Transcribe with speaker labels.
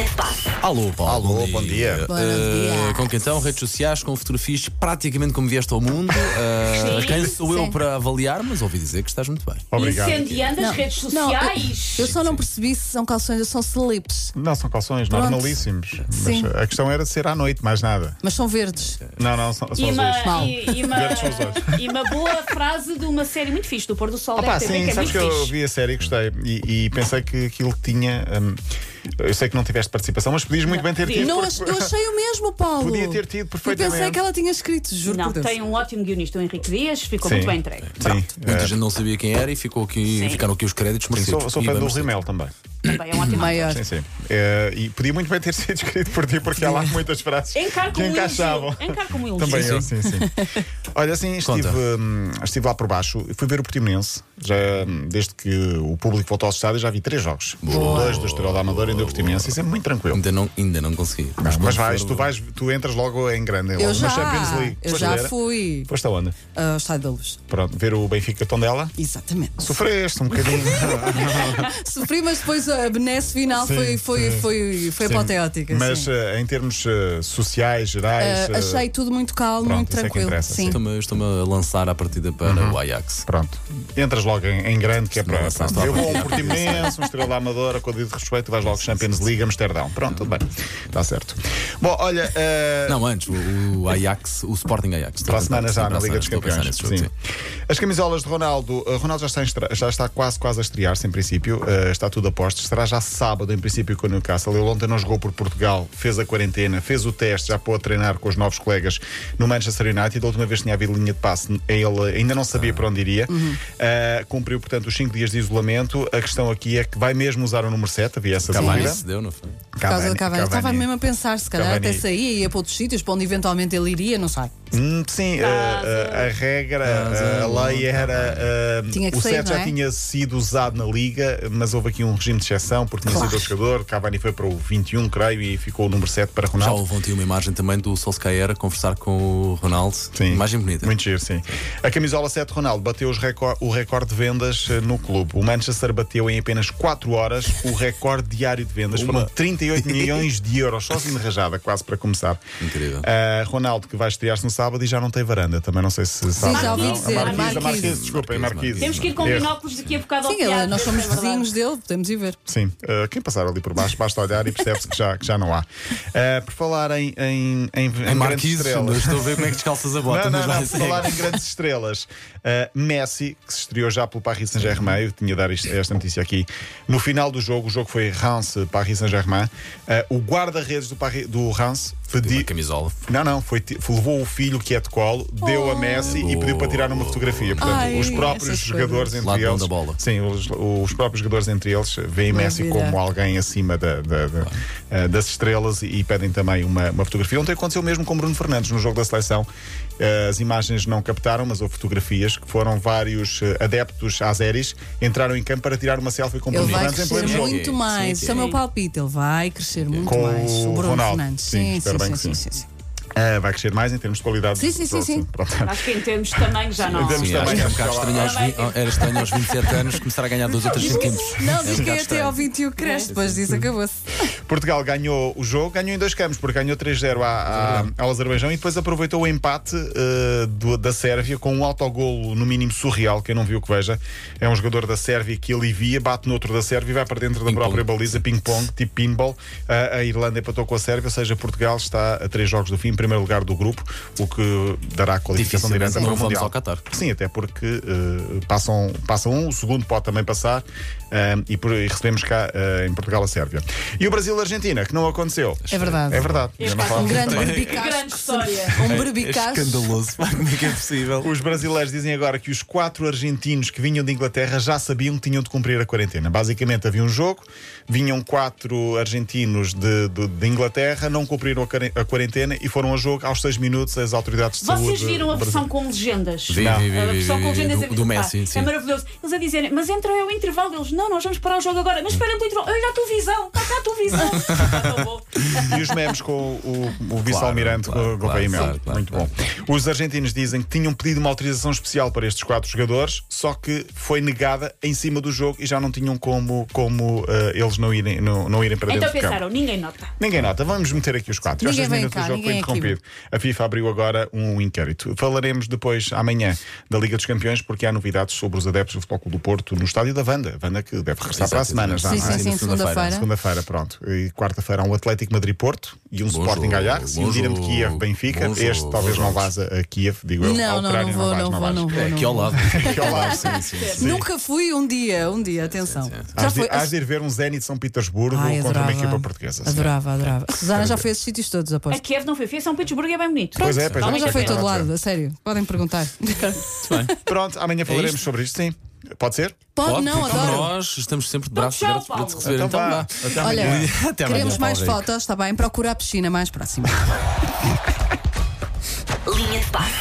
Speaker 1: Espaço.
Speaker 2: Alô, Paulo.
Speaker 3: Alô, bom dia.
Speaker 2: Eh,
Speaker 3: Bom
Speaker 1: dia.
Speaker 2: com que então? Redes sociais, com fotografias, praticamente como vieste ao mundo. Eh,
Speaker 1: Sim.
Speaker 2: quem sou eu
Speaker 4: Sim.
Speaker 2: para avaliar, mas ouvi dizer que estás muito bem.
Speaker 3: Obrigado.
Speaker 1: Incendiando as
Speaker 4: Não,
Speaker 1: redes
Speaker 4: não, eu-
Speaker 1: sociais.
Speaker 4: Eu só não percebi se são calções ou são slips,
Speaker 3: Não, são calções
Speaker 4: Pronto.
Speaker 3: normalíssimos.
Speaker 4: Sim.
Speaker 3: Mas a questão era de ser à noite, mais nada.
Speaker 4: mas são verdes.
Speaker 3: Não, não, são, são
Speaker 1: E uma,
Speaker 3: azuis.
Speaker 4: Mal.
Speaker 1: e, e uma,
Speaker 3: Verdes são os olhos.
Speaker 1: e uma boa frase de uma série muito fixe, do Pôr do Sol da
Speaker 3: Opa,
Speaker 1: RTP,
Speaker 3: sim,
Speaker 1: que é
Speaker 3: sabes
Speaker 1: muito
Speaker 3: que eu
Speaker 1: fixe.
Speaker 3: vi a série e gostei. E, e pensei que aquilo tinha. hum, eu sei que não tiveste participação, mas podias muito bem ter
Speaker 1: podia.
Speaker 3: tido.
Speaker 4: Não,
Speaker 3: porque-
Speaker 4: ach- eu achei o mesmo, Paulo.
Speaker 3: Podia ter tido
Speaker 4: Eu
Speaker 3: perfeitamente.
Speaker 4: pensei que ela tinha escrito, juro
Speaker 1: Não,
Speaker 4: por Deus.
Speaker 1: tem um ótimo guionista, o Henrique Dias, ficou
Speaker 3: Sim.
Speaker 1: muito bem entregue.
Speaker 3: Sim,
Speaker 2: Muita
Speaker 3: eh,
Speaker 2: gente não sabia quem era e ficou aqui,
Speaker 1: Sim.
Speaker 2: ficaram aqui os créditos
Speaker 3: sim,
Speaker 2: merecidos.
Speaker 3: sou, sou
Speaker 2: E
Speaker 3: fã do
Speaker 2: vamos ter-
Speaker 3: Rimmel também.
Speaker 1: Também é um ótimo.
Speaker 4: Maior.
Speaker 3: Sim, sim. Eh, e podia muito bem ter sido escrito por ti, porque há lá muitas frases
Speaker 1: Encar
Speaker 3: que
Speaker 1: como um
Speaker 3: encaixavam.
Speaker 1: elogio. Encar como um elogio.
Speaker 3: Também é.
Speaker 2: Sim,
Speaker 3: eu, sim, sim. Olha, assim, estive,
Speaker 2: Conta.
Speaker 3: hum, estive lá por baixo, fui ver o Portimonense, já, hum, desde que o público voltou ao estádio, já vi três jogos. Dois do Estrela da Amadora e um do Portimonense, isso é muito tranquilo.
Speaker 2: Ainda não, ainda não consegui.
Speaker 3: Mas,
Speaker 2: quando
Speaker 3: vais,
Speaker 2: for-
Speaker 3: tu, vais, tu entras logo em grande, logo
Speaker 4: Eu já,
Speaker 3: na Champions League.
Speaker 4: eu
Speaker 3: Foste
Speaker 4: já
Speaker 3: ver?
Speaker 4: fui
Speaker 3: Foste aonde?
Speaker 4: ah, ao Estádio da Luz.
Speaker 3: Pronto, ver o Benfica Tondela.
Speaker 4: Exatamente.
Speaker 3: Sofreste um bocadinho.
Speaker 4: Sofri, mas depois a benesse final
Speaker 3: Sim,
Speaker 4: foi, foi,
Speaker 3: sim.
Speaker 4: foi, foi
Speaker 3: Sim.
Speaker 4: apoteótica.
Speaker 3: Mas
Speaker 4: sim.
Speaker 3: eh, em termos eh, sociais, gerais.
Speaker 4: Ah,
Speaker 3: eh,
Speaker 4: achei tudo muito calmo,
Speaker 3: pronto,
Speaker 4: muito
Speaker 3: isso é que
Speaker 4: tranquilo.
Speaker 3: interessa,
Speaker 4: sim.
Speaker 3: sim.
Speaker 2: Estou-me estou-me a lançar a partida para
Speaker 3: Uhum.
Speaker 2: o Ajax.
Speaker 3: Pronto, entras logo em, em grande, que é para.
Speaker 2: Não, não,
Speaker 3: pronto.
Speaker 2: não,
Speaker 3: Eu
Speaker 2: não,
Speaker 3: vou a um
Speaker 2: não.
Speaker 3: Portimonense, um Estrela da Amadora, com o devido respeito, vais logo Champions League, Amsterdão. Pronto, tudo bem. Está certo. Bom, olha. eh,
Speaker 2: Não, antes, o, o Ajax, o Sporting Ajax.
Speaker 3: Para a semana já na Liga dos
Speaker 2: Estou a pensar
Speaker 3: Campeões.
Speaker 2: nesse jogo,
Speaker 3: Sim.
Speaker 2: sim.
Speaker 3: As camisolas de Ronaldo, eh, Ronaldo já está, em estra- já está quase, quase a estrear-se, em princípio, eh, está tudo a postos. Será já sábado, em princípio, com o Newcastle. Ele ontem não jogou por Portugal, fez a quarentena, fez o teste, já pôde treinar com os novos colegas no Manchester United. Da última vez tinha havido linha de passe, eh, ele ainda não sabia para onde iria.
Speaker 2: Uhum.
Speaker 3: Eh, cumpriu, portanto, os 5 dias de isolamento. A questão aqui é que vai mesmo usar o número 7, havia essa
Speaker 2: Cavani
Speaker 3: dúvida.
Speaker 2: se deu, não foi?
Speaker 4: Por causa do Cavani. Estava mesmo a pensar, se calhar
Speaker 3: Cavani.
Speaker 4: até saía e ia para outros sítios, para onde eventualmente ele iria, não sei.
Speaker 3: Hum, Sim, a- a, a regra, a- a lei era. ah,
Speaker 4: Tinha que
Speaker 3: o
Speaker 4: sair,
Speaker 3: 7
Speaker 4: não
Speaker 3: já
Speaker 4: é?
Speaker 3: tinha sido usado na Liga, mas houve aqui um regime de exceção porque tinha sido
Speaker 4: Claro.
Speaker 3: o jogador. Cavani foi para o 21, creio, e ficou o número 7 para
Speaker 2: Já
Speaker 3: Ronaldo.
Speaker 2: houve ontem uma imagem também do Solskjaer a conversar com o Ronaldo. Imagem bonita.
Speaker 3: Muito giro, sim. A camisola 7 Ronaldo bateu os recor- o recorde de vendas eh, no clube. O Manchester bateu em apenas 4 horas o recorde diário de vendas.
Speaker 2: Uma.
Speaker 3: Foram 38 milhões de euros, só assim de rajada, quase para começar.
Speaker 2: Incrível.
Speaker 3: Eh, Ronaldo, que vai estrear-se no sábado e já não tem varanda. Também não sei se sabe.
Speaker 4: já ouvi
Speaker 3: não.
Speaker 4: dizer,
Speaker 3: A Marquise, a
Speaker 4: Marquise.
Speaker 3: Marquise, desculpa, é Marquise.
Speaker 1: Temos que ir com
Speaker 3: Erro.
Speaker 1: binóculos daqui a bocado ao
Speaker 4: Sim, ele-
Speaker 1: teatro,
Speaker 4: nós somos
Speaker 1: é verdade.
Speaker 4: vizinhos dele, podemos ir ver.
Speaker 3: Sim, eh, quem passar ali por baixo, basta olhar e percebe-se que já, que já não há. Eh, por falar em, em, em, em
Speaker 2: É
Speaker 3: grandes
Speaker 2: Marquise,
Speaker 3: estrelas.
Speaker 2: estou a ver como é que descalças a bota,
Speaker 3: Não, não,
Speaker 2: mas vai
Speaker 3: não,
Speaker 2: ser.
Speaker 3: por falar em grandes estrelas. eh, Messi, que se estreou já pelo Paris Saint-Germain, eu tinha de dar isto- esta notícia aqui. No final do jogo, o jogo foi Reims-Paris Saint-Germain. eh, o guarda-redes do, Paris- do Reims
Speaker 2: Uma
Speaker 3: pediu,
Speaker 2: camisola.
Speaker 3: Não, não, foi, ti- foi- levou o filho que é de colo, deu a Messi e pediu para tirar uma fotografia. Portanto,
Speaker 4: Oh. Ai,
Speaker 3: os próprios
Speaker 4: essas
Speaker 3: jogadores
Speaker 4: coisas.
Speaker 3: entre
Speaker 2: Lado bom
Speaker 3: eles.
Speaker 2: da bola.
Speaker 3: Sim, os, os próprios jogadores entre eles veem Messi
Speaker 4: Maravilha.
Speaker 3: como alguém acima da- da- da- eh, das estrelas e, e pedem também uma, uma fotografia. Ontem aconteceu mesmo com Bruno Fernandes no jogo da seleção. Eh, As imagens não captaram, mas houve fotografias que foram vários eh, adeptos azeris entraram em campo para tirar uma selfie com Bruno
Speaker 4: Ele vai
Speaker 3: Fernandes em
Speaker 4: crescer
Speaker 3: pleno jogo.
Speaker 4: muito
Speaker 2: Sim,
Speaker 4: mais.
Speaker 2: sim.
Speaker 4: Isso é o meu palpite. Ele vai crescer muito
Speaker 3: Com
Speaker 4: mais.
Speaker 3: o
Speaker 4: O Bruno
Speaker 3: Ronaldo.
Speaker 4: Fernandes.
Speaker 3: Sim, espero bem que sim.
Speaker 4: sim.
Speaker 3: Eh, vai crescer mais em termos de qualidade.
Speaker 4: Sim, sim,
Speaker 3: de jogo,
Speaker 4: sim, sim.
Speaker 3: Pronto.
Speaker 1: Acho que em termos de tamanho já não.
Speaker 3: Sim.
Speaker 2: Sim, acho que é um bocado estranho aos,
Speaker 1: Também.
Speaker 2: vi- era estranho aos 27 anos começar a ganhar 2 ou 3 centímetros.
Speaker 4: Não,
Speaker 2: É um
Speaker 4: diz que
Speaker 2: bocado
Speaker 4: é até
Speaker 2: estranho.
Speaker 4: ao 21 cresce, depois disso acabou-se.
Speaker 3: Portugal ganhou o jogo, ganhou em dois campos, porque ganhou 3-0 à- à- ao Azerbaijão e depois aproveitou o empate eh, do- da Sérvia com um autogolo, no mínimo surreal. Quem não viu que veja, é um jogador da Sérvia que alivia, bate no outro da Sérvia e vai para dentro da
Speaker 2: Ping-pong.
Speaker 3: própria baliza, ping-pong, tipo pinball. Ah, a Irlanda empatou com a Sérvia, ou seja, Portugal está a três jogos do fim, em primeiro lugar do grupo, o que dará a qualificação
Speaker 2: Dificilmente
Speaker 3: direta para o
Speaker 2: não vamos
Speaker 3: Mundial.
Speaker 2: ao Qatar.
Speaker 3: Sim, até porque eh, passam, passam um, o segundo pode também passar eh, e, por- e recebemos cá eh, em Portugal a Sérvia. E o Brasil-Argentina, que não aconteceu.
Speaker 4: É verdade.
Speaker 3: É verdade.
Speaker 1: Este
Speaker 3: Já não
Speaker 1: é um
Speaker 3: falo.
Speaker 4: Um grande
Speaker 1: Que grande
Speaker 4: berbicasco.
Speaker 1: história.
Speaker 4: Um
Speaker 2: É
Speaker 4: berbicasco.
Speaker 2: escandaloso, pá, como é que é possível?
Speaker 3: Os brasileiros dizem agora que os quatro argentinos que vinham de Inglaterra já sabiam que tinham de cumprir a quarentena. Basicamente havia um jogo, vinham quatro argentinos de, de- de Inglaterra, não cumpriram a quaren- a quarentena e foram ao jogo aos seis minutos as autoridades de saúde.
Speaker 1: Vocês viram a
Speaker 3: do Brasil-
Speaker 1: versão com legendas?
Speaker 2: Vi, vi,
Speaker 4: É
Speaker 2: vi,
Speaker 1: A
Speaker 2: vi,
Speaker 1: versão Ah, com
Speaker 2: vi, vi,
Speaker 1: legendas
Speaker 2: do, do
Speaker 1: pá,
Speaker 2: Messi, sim.
Speaker 1: É maravilhoso. Eles a dizerem, mas entra é o intervalo. Eles, não, nós vamos parar o jogo agora. Mas espera o intervalo. Olha a televisão, está cá a televisão. Está tão bom.
Speaker 3: E os memes com o, o vice-almirante
Speaker 2: claro,
Speaker 3: com- com o
Speaker 2: claro,
Speaker 3: Paimel.
Speaker 2: claro, claro,
Speaker 3: Muito
Speaker 2: claro.
Speaker 3: bom. Os argentinos dizem que tinham pedido uma autorização especial para estes quatro jogadores, só que foi negada em cima do jogo e já não tinham como, como eh, eles não irem, não, não irem para
Speaker 1: Então
Speaker 3: dentro do campo.
Speaker 1: pensaram, ninguém nota.
Speaker 3: Ninguém nota, vamos meter aqui os quatro.
Speaker 4: Ninguém
Speaker 3: Aos seis
Speaker 4: vem
Speaker 3: minutos
Speaker 4: cá,
Speaker 3: o jogo foi
Speaker 4: ninguém é aqui.
Speaker 3: interrompido. A FIFA abriu agora um inquérito. Falaremos depois, amanhã, da Liga dos Campeões, porque há novidades sobre os adeptos do Futebol Clube do Porto no estádio da Vanda. Vanda que deve regressar para a semana já,
Speaker 4: Sim,
Speaker 3: não é?
Speaker 2: Ah,
Speaker 4: sim, sim, segunda-feira.
Speaker 3: Segunda-feira, pronto. E quarta-feira há um Atlético Madrid-Porto e um
Speaker 2: Bom
Speaker 3: Sporting
Speaker 2: jogo,
Speaker 3: Ajax e
Speaker 2: bom
Speaker 3: um Dinamo de
Speaker 2: jogo,
Speaker 3: Kiev Benfica.
Speaker 2: bom
Speaker 3: Este
Speaker 2: jogo,
Speaker 3: talvez
Speaker 2: bons
Speaker 3: não
Speaker 2: jogos.
Speaker 3: vás a a Kiev, digo eu.
Speaker 4: Não,
Speaker 3: Ao
Speaker 4: não, não
Speaker 3: Ucrânia
Speaker 4: vou,
Speaker 3: vais,
Speaker 4: não vou,
Speaker 3: vais.
Speaker 4: não vou.
Speaker 2: É, aqui ao lado.
Speaker 3: Aqui ao lado, sim, sim. sim.
Speaker 4: Nunca fui um dia, um dia, atenção. Já
Speaker 3: Hás de,
Speaker 4: foi.
Speaker 3: hás de ir ver um Zenit de São Petersburgo
Speaker 4: Ai,
Speaker 3: contra uma
Speaker 4: adorava.
Speaker 3: equipa portuguesa. sim.
Speaker 4: Adorava, adorava. A Susana já foi a esses sítios todos,
Speaker 1: A
Speaker 4: aposto.
Speaker 1: Kiev não foi feia, São Petersburgo é bem bonito.
Speaker 3: Pois é, pois é.
Speaker 4: Ela já
Speaker 3: sei
Speaker 4: foi a
Speaker 3: que não
Speaker 4: todo
Speaker 3: vai ser.
Speaker 4: lado, a sério. Podem perguntar.
Speaker 3: Pronto, amanhã
Speaker 4: É
Speaker 3: falaremos sobre isto, sim. Pode ser?
Speaker 4: Pode,
Speaker 2: Pode,
Speaker 4: não,
Speaker 2: porque
Speaker 4: adoro.
Speaker 2: então Nós estamos sempre de braços
Speaker 1: tchau,
Speaker 2: abertos para te
Speaker 1: Paulo.
Speaker 2: receber.
Speaker 3: Então
Speaker 2: Então,
Speaker 3: vá.
Speaker 2: vá.
Speaker 3: Até
Speaker 4: Olha,
Speaker 2: Até amanhã,
Speaker 4: queremos
Speaker 2: Paulo
Speaker 4: mais
Speaker 2: Rico.
Speaker 4: fotos, está bem? Procura a piscina mais próxima.
Speaker 5: Linha de passe.